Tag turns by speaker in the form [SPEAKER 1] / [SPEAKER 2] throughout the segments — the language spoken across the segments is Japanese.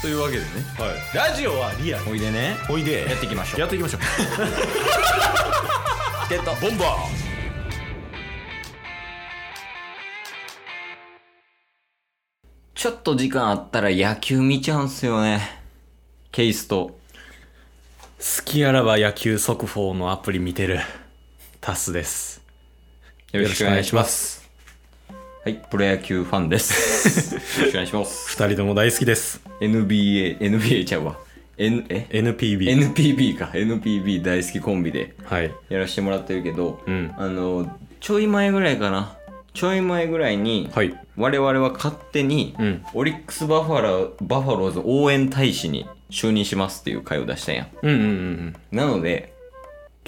[SPEAKER 1] というわけでね
[SPEAKER 2] はい、ラジオはリアル
[SPEAKER 1] おいでね
[SPEAKER 2] おいで
[SPEAKER 1] やっていきましょう
[SPEAKER 2] やって いきましょう
[SPEAKER 1] ってた
[SPEAKER 2] ボンバ
[SPEAKER 1] ちょっと時間あったら野球見ちゃうんすよねケイスと
[SPEAKER 2] ー好きあらば野球速報のアプリ見てるタスです
[SPEAKER 1] よろしくお願いしますはいプロ野球ファンです よろしくお願いします
[SPEAKER 2] 二人とも大好きです
[SPEAKER 1] NBANBA ちゃうわ N え
[SPEAKER 2] NPB、
[SPEAKER 1] NPB か NPB 大好きコンビで
[SPEAKER 2] はい
[SPEAKER 1] やらせてもらってるけど、
[SPEAKER 2] うん
[SPEAKER 1] あのちょい前ぐらいかなちょい前ぐらいに、
[SPEAKER 2] はい
[SPEAKER 1] 我々は勝手に、
[SPEAKER 2] うん
[SPEAKER 1] オリックスバファローバファローズ応援大使に就任しますっていう会を出したんや
[SPEAKER 2] うんうんうん
[SPEAKER 1] なので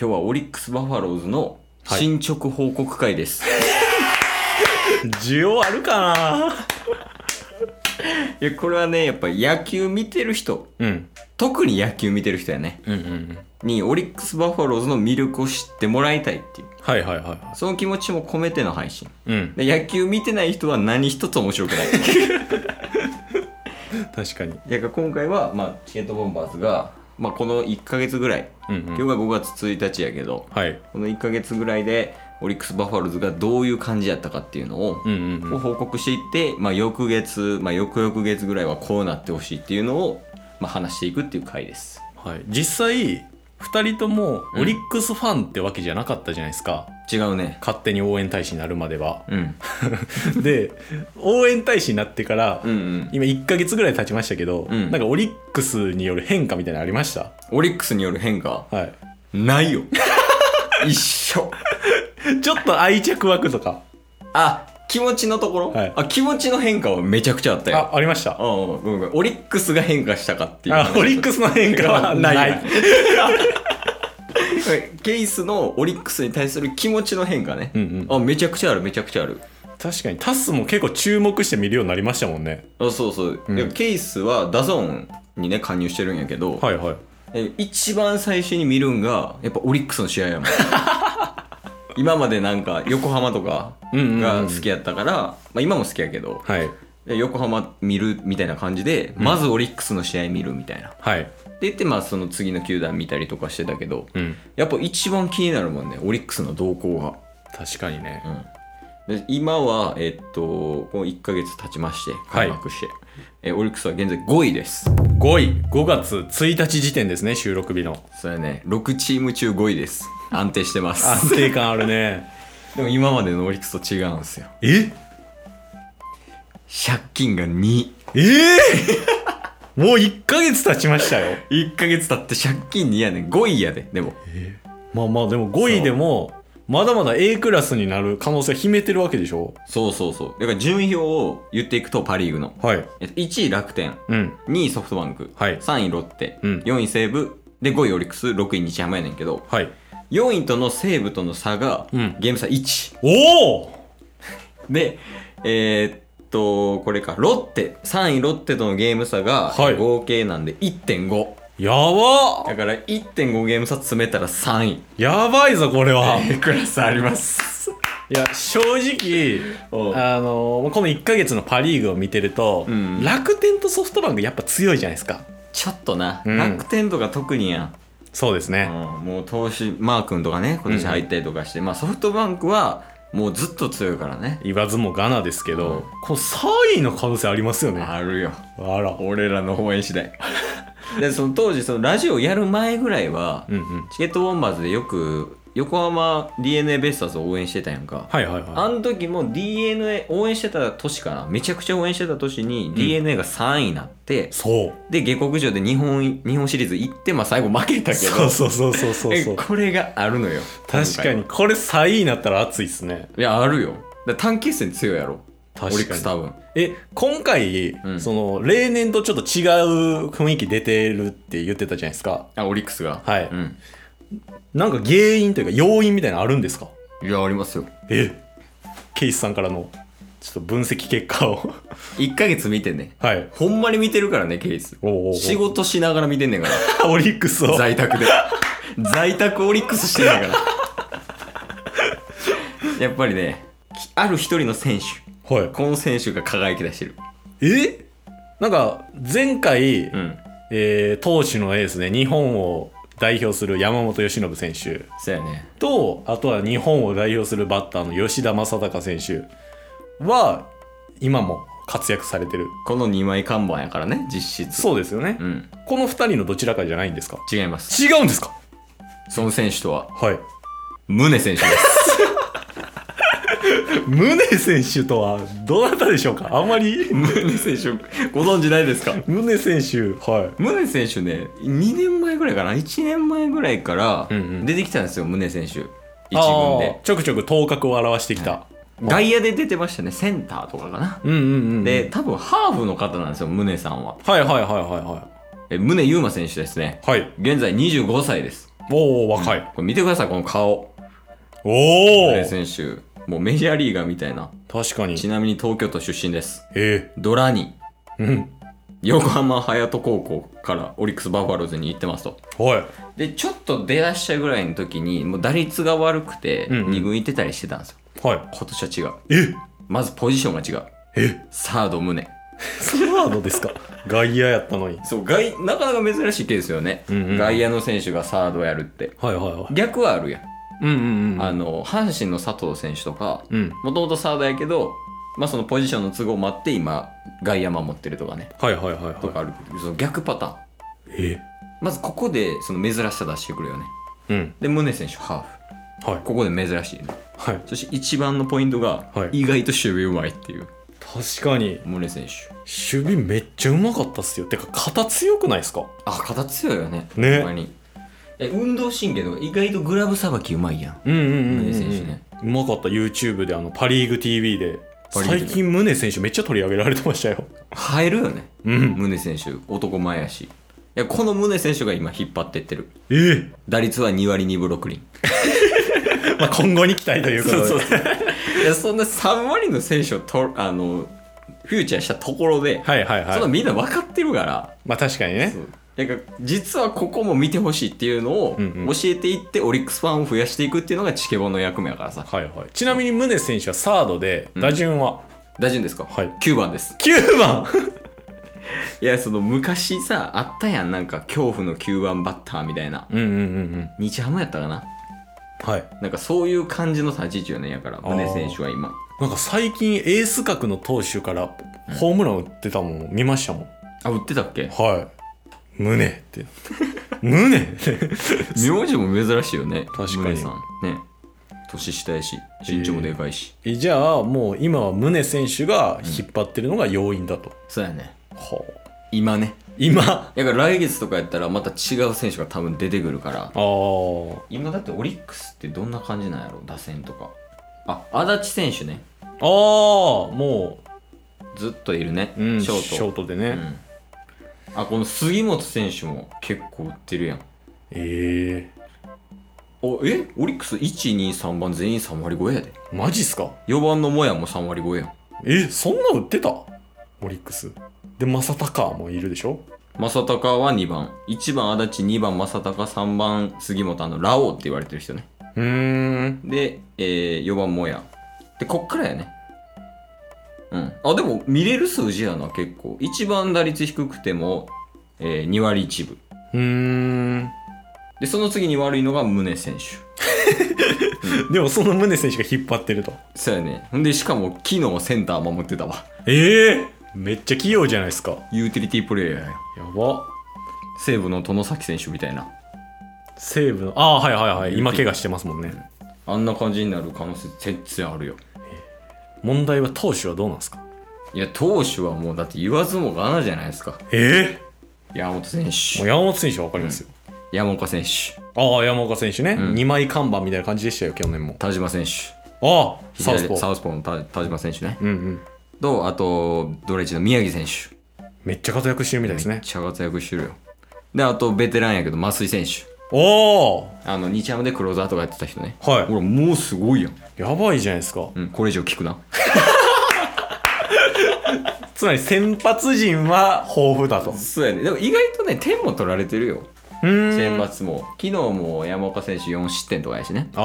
[SPEAKER 1] 今日はオリックスバファローズの
[SPEAKER 2] はい
[SPEAKER 1] 進捗報告会 です、
[SPEAKER 2] うん需要あるか
[SPEAKER 1] い、やこれはねやっぱ野球見てる人
[SPEAKER 2] なうん
[SPEAKER 1] 特に野球見てる人やね
[SPEAKER 2] うんうんうん
[SPEAKER 1] にオリックスバファローズの魅力を知ってもらいたいっていう
[SPEAKER 2] はいはいはいは
[SPEAKER 1] その気持ちも込めての配信
[SPEAKER 2] いうん
[SPEAKER 1] で野球見てない人は何一つ面白く ない
[SPEAKER 2] 確かに
[SPEAKER 1] だから今回は、まあ、チケットボンバーズが、まあ、この1ヶ月ぐらい
[SPEAKER 2] うんう
[SPEAKER 1] 今
[SPEAKER 2] ん
[SPEAKER 1] 日が5月1日やけど、
[SPEAKER 2] はい
[SPEAKER 1] この1ヶ月ぐらいでオリックス・バファローズがどういう感じやったかっていうのを、
[SPEAKER 2] うんうんうん
[SPEAKER 1] を報告していって、まあ、翌月、まあ、翌々月ぐらいはこうなってほしいっていうのを、まあ、話していくっていう回です。
[SPEAKER 2] はい、実際2人ともオリックスファンってわけじゃなかったじゃないですか、
[SPEAKER 1] 違うね。
[SPEAKER 2] 勝手に応援大使になるまで は
[SPEAKER 1] うん。
[SPEAKER 2] で応援大使になってから、
[SPEAKER 1] うんうん。
[SPEAKER 2] 今1ヶ月ぐらい経ちましたけど、
[SPEAKER 1] ん
[SPEAKER 2] なんかオリックスによる変化みたいなのありました
[SPEAKER 1] オリックスによる変化
[SPEAKER 2] はい
[SPEAKER 1] ない よ。一緒。
[SPEAKER 2] ちょっと愛着枠とか
[SPEAKER 1] あ、気持ちのところ、
[SPEAKER 2] はい
[SPEAKER 1] あ、気持ちの変化はめちゃくちゃあったよ。
[SPEAKER 2] あありました
[SPEAKER 1] あうんごめんごめんオリックスが変化したかっていう。
[SPEAKER 2] あオリックスの変化は ない
[SPEAKER 1] ケイスのオリックスに対する気持ちの変化ね、
[SPEAKER 2] うんうん
[SPEAKER 1] あめちゃくちゃあるめちゃくちゃある
[SPEAKER 2] 確かにタスも結構注目して見るようになりましたもんね
[SPEAKER 1] あそうそう、
[SPEAKER 2] ん
[SPEAKER 1] いやケイスはダゾーンにね加入してるんやけど、
[SPEAKER 2] はいはい
[SPEAKER 1] え一番最初に見るんがやっぱオリックスの試合や もん今までなんか横浜とか
[SPEAKER 2] うんうんうん
[SPEAKER 1] が好きやったから、まあ、今も好きやけど
[SPEAKER 2] はい
[SPEAKER 1] で横浜見るみたいな感じで、まずオリックスの試合見るみたいな
[SPEAKER 2] はい
[SPEAKER 1] で言ってまあその次の球団見たりとかしてたけど
[SPEAKER 2] うん
[SPEAKER 1] やっぱ一番気になるもんねオリックスの動向が。
[SPEAKER 2] 確かにね、
[SPEAKER 1] で今は、えっと、この1ヶ月経ちまして、
[SPEAKER 2] はい
[SPEAKER 1] 開幕して、えオリックスは現在5位です。
[SPEAKER 2] 5位5月1日時点ですね収録日の
[SPEAKER 1] それね、6チーム中5位です。安定してます。
[SPEAKER 2] 安定感あるね
[SPEAKER 1] でも今までのオリックスと違うんですよ。
[SPEAKER 2] え
[SPEAKER 1] 借金が2。
[SPEAKER 2] え えもう1ヶ月経ちましたよ
[SPEAKER 1] 1ヶ月経って借金2やねん。5位やで、でも。
[SPEAKER 2] まあまあでも5位でもまだまだ A クラスになる可能性を秘めてるわけでしょ
[SPEAKER 1] そうそうそう。だから順位表を言っていくとパ・リーグの。
[SPEAKER 2] はい
[SPEAKER 1] えっと1位楽天、
[SPEAKER 2] うん
[SPEAKER 1] 2位ソフトバンク、
[SPEAKER 2] はい
[SPEAKER 1] 3位ロッテ、
[SPEAKER 2] うん
[SPEAKER 1] 4位西武、で5位オリックス、6位日ハムやねんけど、
[SPEAKER 2] はい
[SPEAKER 1] 4位との西武との差が、
[SPEAKER 2] うん
[SPEAKER 1] ゲーム差1。
[SPEAKER 2] おお
[SPEAKER 1] で、えーっと、これか、ロッテ、3位ロッテとのゲーム差が、
[SPEAKER 2] はい
[SPEAKER 1] 合計なんで1.5。
[SPEAKER 2] やば
[SPEAKER 1] だから1.5ゲーム差詰めたら3位。
[SPEAKER 2] やばいぞこれ は
[SPEAKER 1] クラスあります。
[SPEAKER 2] いや正直
[SPEAKER 1] おう
[SPEAKER 2] あのこの1ヶ月のパ・リーグを見てると、
[SPEAKER 1] うん
[SPEAKER 2] 楽天とソフトバンクやっぱ強いじゃないですか
[SPEAKER 1] ちょっとな、
[SPEAKER 2] うん
[SPEAKER 1] 楽天とか特にやん。
[SPEAKER 2] そうですね、
[SPEAKER 1] うんもう投資、マー君とかね、今年入ったりとかして、まあソフトバンクはもうずっと強いからね。
[SPEAKER 2] 言わずもがなですけど、
[SPEAKER 1] うん
[SPEAKER 2] この3位の可能性ありますよねあ
[SPEAKER 1] あるよ。
[SPEAKER 2] ら
[SPEAKER 1] 俺らの応援次第。 で、その当時、そのラジオやる前ぐらいは、
[SPEAKER 2] うんうん
[SPEAKER 1] チケットボンバーズでよく横浜 d n a ベイスターズを応援してたやんか、
[SPEAKER 2] はいはいは
[SPEAKER 1] あの時も d n a 応援してた年かなめちゃくちゃ応援してた年に d n a が3位になって
[SPEAKER 2] い、そう
[SPEAKER 1] で下克上で日本日本シリーズ行って、まあ、最後負けたけど
[SPEAKER 2] そうそうそうそうそうそう
[SPEAKER 1] えこれがあるのよ
[SPEAKER 2] 確かに
[SPEAKER 1] 今
[SPEAKER 2] これ3位になったら熱いっすね
[SPEAKER 1] 回はいやあるよだから短期戦強いやろ
[SPEAKER 2] 確かに
[SPEAKER 1] オリックス多分
[SPEAKER 2] え今回、
[SPEAKER 1] ん
[SPEAKER 2] その例年とちょっと違う雰囲気出てるって言ってたじゃないですか
[SPEAKER 1] あオリックスが
[SPEAKER 2] はい
[SPEAKER 1] うん、
[SPEAKER 2] なんか原因というか要因みたいなのあるんですか
[SPEAKER 1] いやありますよ
[SPEAKER 2] えケイスさんからのちょっと分析結果を
[SPEAKER 1] 1ヶ月見てね
[SPEAKER 2] はい
[SPEAKER 1] ほんまに見てるからねケイス
[SPEAKER 2] おうおうおう
[SPEAKER 1] 仕事しながら見てんねんから
[SPEAKER 2] オリックスを
[SPEAKER 1] 在宅 で在宅オリックスしてんだからやっぱりねきある一人の選手
[SPEAKER 2] は
[SPEAKER 1] この選手が輝き出してる
[SPEAKER 2] いえなんか前回、
[SPEAKER 1] うん
[SPEAKER 2] えー投手のエースで日本を代表する山本由伸選手
[SPEAKER 1] そうやね
[SPEAKER 2] とあとは日本を代表するバッターの吉田正尚選手は今も活躍されてる
[SPEAKER 1] この2枚看板やからね実質
[SPEAKER 2] そうですよね、
[SPEAKER 1] うん
[SPEAKER 2] この2人のどちらかじゃないんですか
[SPEAKER 1] 違います
[SPEAKER 2] 違うんですか
[SPEAKER 1] その選手とは
[SPEAKER 2] はい
[SPEAKER 1] 宗選手です
[SPEAKER 2] 宗選手とはどなたでしょうかあんまり
[SPEAKER 1] 宗選手ご存知ないですか
[SPEAKER 2] 宗選手はい
[SPEAKER 1] 宗選手ね2年前ぐらいかな1年前ぐらいから
[SPEAKER 2] うんうん
[SPEAKER 1] 出てきたんですよ、宗選手一軍
[SPEAKER 2] あ
[SPEAKER 1] で
[SPEAKER 2] ーちょくちょく頭角を表してきた、
[SPEAKER 1] 外野で出てましたねセンターとかかな、
[SPEAKER 2] うんうんうん
[SPEAKER 1] で多分ハーフの方なんですよ宗さんは
[SPEAKER 2] はいはいはいは
[SPEAKER 1] え宗優真選手ですね
[SPEAKER 2] いはいはい
[SPEAKER 1] 現在25歳です
[SPEAKER 2] おお若い、
[SPEAKER 1] これ見てくださいこの顔
[SPEAKER 2] おお
[SPEAKER 1] 宗選手もうメジャーリーガーみたいな
[SPEAKER 2] 確かに
[SPEAKER 1] ちなみに東京都出身です
[SPEAKER 2] え
[SPEAKER 1] ドラニ
[SPEAKER 2] えうん
[SPEAKER 1] 横浜隼人高校からオリックス・バファローズに行ってますと
[SPEAKER 2] は
[SPEAKER 1] でちょっと出だしたぐらいの時にもう打率が悪くて
[SPEAKER 2] うんうん
[SPEAKER 1] 2軍行ってたりしてたんですよ、
[SPEAKER 2] いは
[SPEAKER 1] 今年は違う
[SPEAKER 2] いえ
[SPEAKER 1] まずポジションが違う
[SPEAKER 2] え
[SPEAKER 1] サード宗
[SPEAKER 2] サードですか 外野やったのに
[SPEAKER 1] そう外なかなか珍しいケースよね、
[SPEAKER 2] うんうん
[SPEAKER 1] 外野の選手がサードやるって
[SPEAKER 2] はいはいは
[SPEAKER 1] 逆はあるやん、
[SPEAKER 2] いうんうん
[SPEAKER 1] あの阪神の佐藤選手とか
[SPEAKER 2] うん
[SPEAKER 1] もともとサードやけど、まあ、そのポジションの都合もあって今外野守ってるとかね
[SPEAKER 2] はいはいはいはい
[SPEAKER 1] とかあるその逆パターン
[SPEAKER 2] え
[SPEAKER 1] まずここでその珍しさ出してくるよね
[SPEAKER 2] うん
[SPEAKER 1] で宗選手ハーフ
[SPEAKER 2] はい
[SPEAKER 1] ここで珍しいね
[SPEAKER 2] はい
[SPEAKER 1] そして一番のポイントが、
[SPEAKER 2] はい
[SPEAKER 1] 意外と守備うまいっていう
[SPEAKER 2] 確かに
[SPEAKER 1] 宗選手
[SPEAKER 2] 守備めっちゃうまかったっすよてか肩強くないですか
[SPEAKER 1] あ肩強いよね
[SPEAKER 2] ね
[SPEAKER 1] ほんまにえ運動神経とか意外とグラブさばきうまいやん
[SPEAKER 2] うんうんうんうん、
[SPEAKER 1] 宗選手ね
[SPEAKER 2] うまかった YouTube であのパ・リーグ TV で
[SPEAKER 1] パリーグ TV
[SPEAKER 2] 最近宗選手めっちゃ取り上げられてましたよ
[SPEAKER 1] 映えるよね
[SPEAKER 2] うん
[SPEAKER 1] 宗選手男前やしいやこの宗選手が今引っ張ってってる
[SPEAKER 2] ええ
[SPEAKER 1] 打率は2割2分6厘
[SPEAKER 2] まあ今後に期待ということで
[SPEAKER 1] そうそういやそんな3割の選手をとあのフューチャーしたところで、
[SPEAKER 2] はいはい
[SPEAKER 1] そんな
[SPEAKER 2] はい
[SPEAKER 1] みんな分かってるから、
[SPEAKER 2] まあ確かにね
[SPEAKER 1] そうなんか実はここも見てほしいっていうのを
[SPEAKER 2] うんうん
[SPEAKER 1] 教えていって、オリックスファンを増やしていくっていうのがチケボンの役目やからさ
[SPEAKER 2] はいはいちなみに宗選手はサードで
[SPEAKER 1] うん
[SPEAKER 2] 打順は、
[SPEAKER 1] 大丈夫ですか、
[SPEAKER 2] はい
[SPEAKER 1] 9番です
[SPEAKER 2] 9番
[SPEAKER 1] いやその昔さあったやんなんか恐怖の9番バッターみたいな
[SPEAKER 2] うんうんうん
[SPEAKER 1] 日ハムやったかな
[SPEAKER 2] うんはい
[SPEAKER 1] なんかそういう感じの立ち位置よねやから宗選手は今
[SPEAKER 2] なんか最近エース格の投手からホームラン打ってたもん見ましたもん
[SPEAKER 1] あ売ってたっけ
[SPEAKER 2] はい胸って 胸って
[SPEAKER 1] 名字も珍しいよね
[SPEAKER 2] 確か
[SPEAKER 1] 宗
[SPEAKER 2] に
[SPEAKER 1] さんね年下やし身長もでかいし、
[SPEAKER 2] えじゃあもう今は宗選手が引っ張ってるのが要因だと、
[SPEAKER 1] そうやね
[SPEAKER 2] はあ
[SPEAKER 1] 今ね
[SPEAKER 2] 今
[SPEAKER 1] だから来月とかやったらまた違う選手が多分出てくるから
[SPEAKER 2] あー
[SPEAKER 1] 今だってオリックスってどんな感じなんやろ打線とかあ足立選手ね
[SPEAKER 2] あーも
[SPEAKER 1] ずっといるね、
[SPEAKER 2] う、うん、
[SPEAKER 1] ショート
[SPEAKER 2] でね、
[SPEAKER 1] うんあこの杉本選手も結構売ってるやん
[SPEAKER 2] え
[SPEAKER 1] おえオリックス123番全員3割超えやで
[SPEAKER 2] ー、マジっすか
[SPEAKER 1] 4番のモヤも3割超えやん
[SPEAKER 2] えそんな売ってたオリックスで正隆もいるでしょ
[SPEAKER 1] 正隆は2番1番足立2番正隆3番杉本あのラオウって言われてる人ね
[SPEAKER 2] うーん
[SPEAKER 1] で、え4番もやでこっからやねうんあでも見れる数字やな結構一番打率低くても、え2割1分
[SPEAKER 2] うーん
[SPEAKER 1] でその次に悪いのが宗選手
[SPEAKER 2] でもその宗選手が引っ張ってると
[SPEAKER 1] そうやねほんでしかも昨日センター守ってたわ
[SPEAKER 2] ええー、めっちゃ器用じゃないですか
[SPEAKER 1] ユーティリティプレイヤーや
[SPEAKER 2] やば
[SPEAKER 1] 西武の外崎選手みたいな
[SPEAKER 2] 西武のああはいはいはい今怪我してますもんね
[SPEAKER 1] あんな感じになる可能性全然あるよ
[SPEAKER 2] 問題は投手はどうなんですか
[SPEAKER 1] いや投手はもうだって言わずもがなじゃないですか
[SPEAKER 2] え
[SPEAKER 1] 山本選
[SPEAKER 2] えも
[SPEAKER 1] 手
[SPEAKER 2] う山本選手は分かりますよ、
[SPEAKER 1] 山岡選手
[SPEAKER 2] ああ山岡選手ね、
[SPEAKER 1] うん
[SPEAKER 2] 2枚看板みたいな感じでしたよ去年も
[SPEAKER 1] 田島選手
[SPEAKER 2] ああサウスポ
[SPEAKER 1] 左サ
[SPEAKER 2] ー
[SPEAKER 1] ウスポーの田田島選手ね
[SPEAKER 2] うんうん
[SPEAKER 1] とあとドレッジの宮城選手
[SPEAKER 2] めっちゃ活躍してるみたいです
[SPEAKER 1] めっ
[SPEAKER 2] ね
[SPEAKER 1] ちゃ活躍してるよであとベテランやけど増井選手
[SPEAKER 2] おお
[SPEAKER 1] あの日ハムでクローザーとかやってた人ね
[SPEAKER 2] はい
[SPEAKER 1] ほらもうすごいやん、
[SPEAKER 2] やばいじゃないですか
[SPEAKER 1] うん、これ以上聞 くな
[SPEAKER 2] つまり先発陣は豊富だと
[SPEAKER 1] そうやねでも意外とね点も取られてるよ
[SPEAKER 2] う
[SPEAKER 1] 選
[SPEAKER 2] ーんあ
[SPEAKER 1] 抜も昨日も山岡選手4失点とかやしね
[SPEAKER 2] あ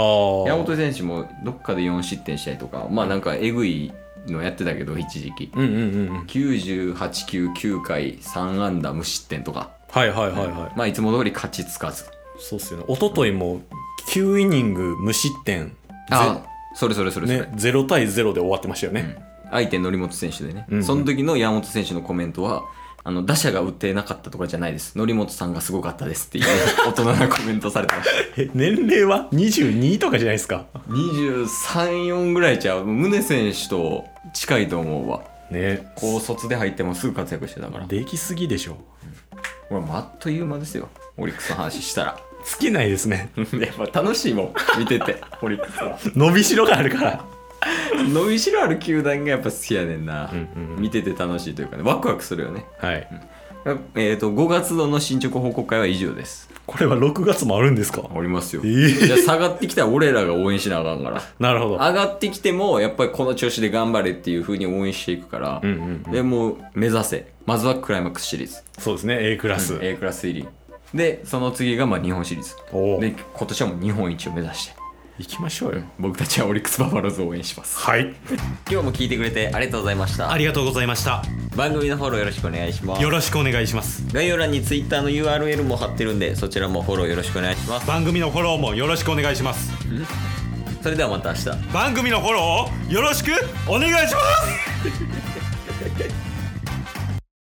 [SPEAKER 1] 山本選手もどっかで4失点したりとかまあなんかえぐいのやってたけど一時期
[SPEAKER 2] うんうんうんうん
[SPEAKER 1] 98球9回3安打無失点とか、
[SPEAKER 2] はいはいはいはい
[SPEAKER 1] まあいつも通り勝ちつかず
[SPEAKER 2] そうっすよね一昨日も9イニング無失点
[SPEAKER 1] あそれそれそれそれ、
[SPEAKER 2] ね、0対0で終わってましたよね、
[SPEAKER 1] 相手則本選手でね、
[SPEAKER 2] うんうん
[SPEAKER 1] その時の山本選手のコメントはあの打者が打ってなかったとかじゃないです則本さんがすごかったですって いう大人なコメントされてました
[SPEAKER 2] え年齢は22とかじゃないですか
[SPEAKER 1] 234ぐらいちゃう宗選手と近いと思うわ
[SPEAKER 2] ね
[SPEAKER 1] 高卒で入ってもすぐ活躍してたから
[SPEAKER 2] できすぎでしょ
[SPEAKER 1] これもうあっという間ですよオリックスの話した ら
[SPEAKER 2] 尽きないですね
[SPEAKER 1] やっぱ楽しいもん見ててオリックスは
[SPEAKER 2] 伸びしろがあるから
[SPEAKER 1] 伸びしろある球団がやっぱ好きやねんな、
[SPEAKER 2] うんうんうん
[SPEAKER 1] 見てて楽しいというかねワクワクするよね
[SPEAKER 2] はい
[SPEAKER 1] えっ、と5月度の進捗報告会は以上です
[SPEAKER 2] これは6月もあるんですか
[SPEAKER 1] おりますよ
[SPEAKER 2] えー
[SPEAKER 1] じゃあ下がってきたら俺らが応援しなあかんから
[SPEAKER 2] なるほど
[SPEAKER 1] 上がってきてもやっぱりこの調子で頑張れっていう風に応援していくから、
[SPEAKER 2] うんうんうん
[SPEAKER 1] でもう目指せまずはクライマックスシリーズ
[SPEAKER 2] そうですね A クラス、
[SPEAKER 1] A クラス入りでその次がまあ日本シリーズ
[SPEAKER 2] おお
[SPEAKER 1] で今年はもう日本一を目指して
[SPEAKER 2] 行きましょうよ
[SPEAKER 1] 僕たちはオリックス・バファローズを応援します
[SPEAKER 2] はい
[SPEAKER 1] 今日も聞いてくれてありがとうございました
[SPEAKER 2] ありがとうございました
[SPEAKER 1] 番組のフォローよろしくお願いします
[SPEAKER 2] よろしくお願いします
[SPEAKER 1] 概要欄に Twitter の URL も貼ってるんでそちらもフォローよろしくお願いします
[SPEAKER 2] 番組のフォローもよろしくお願いします
[SPEAKER 1] それではまた明日
[SPEAKER 2] 番組のフォローをよろしくお願いします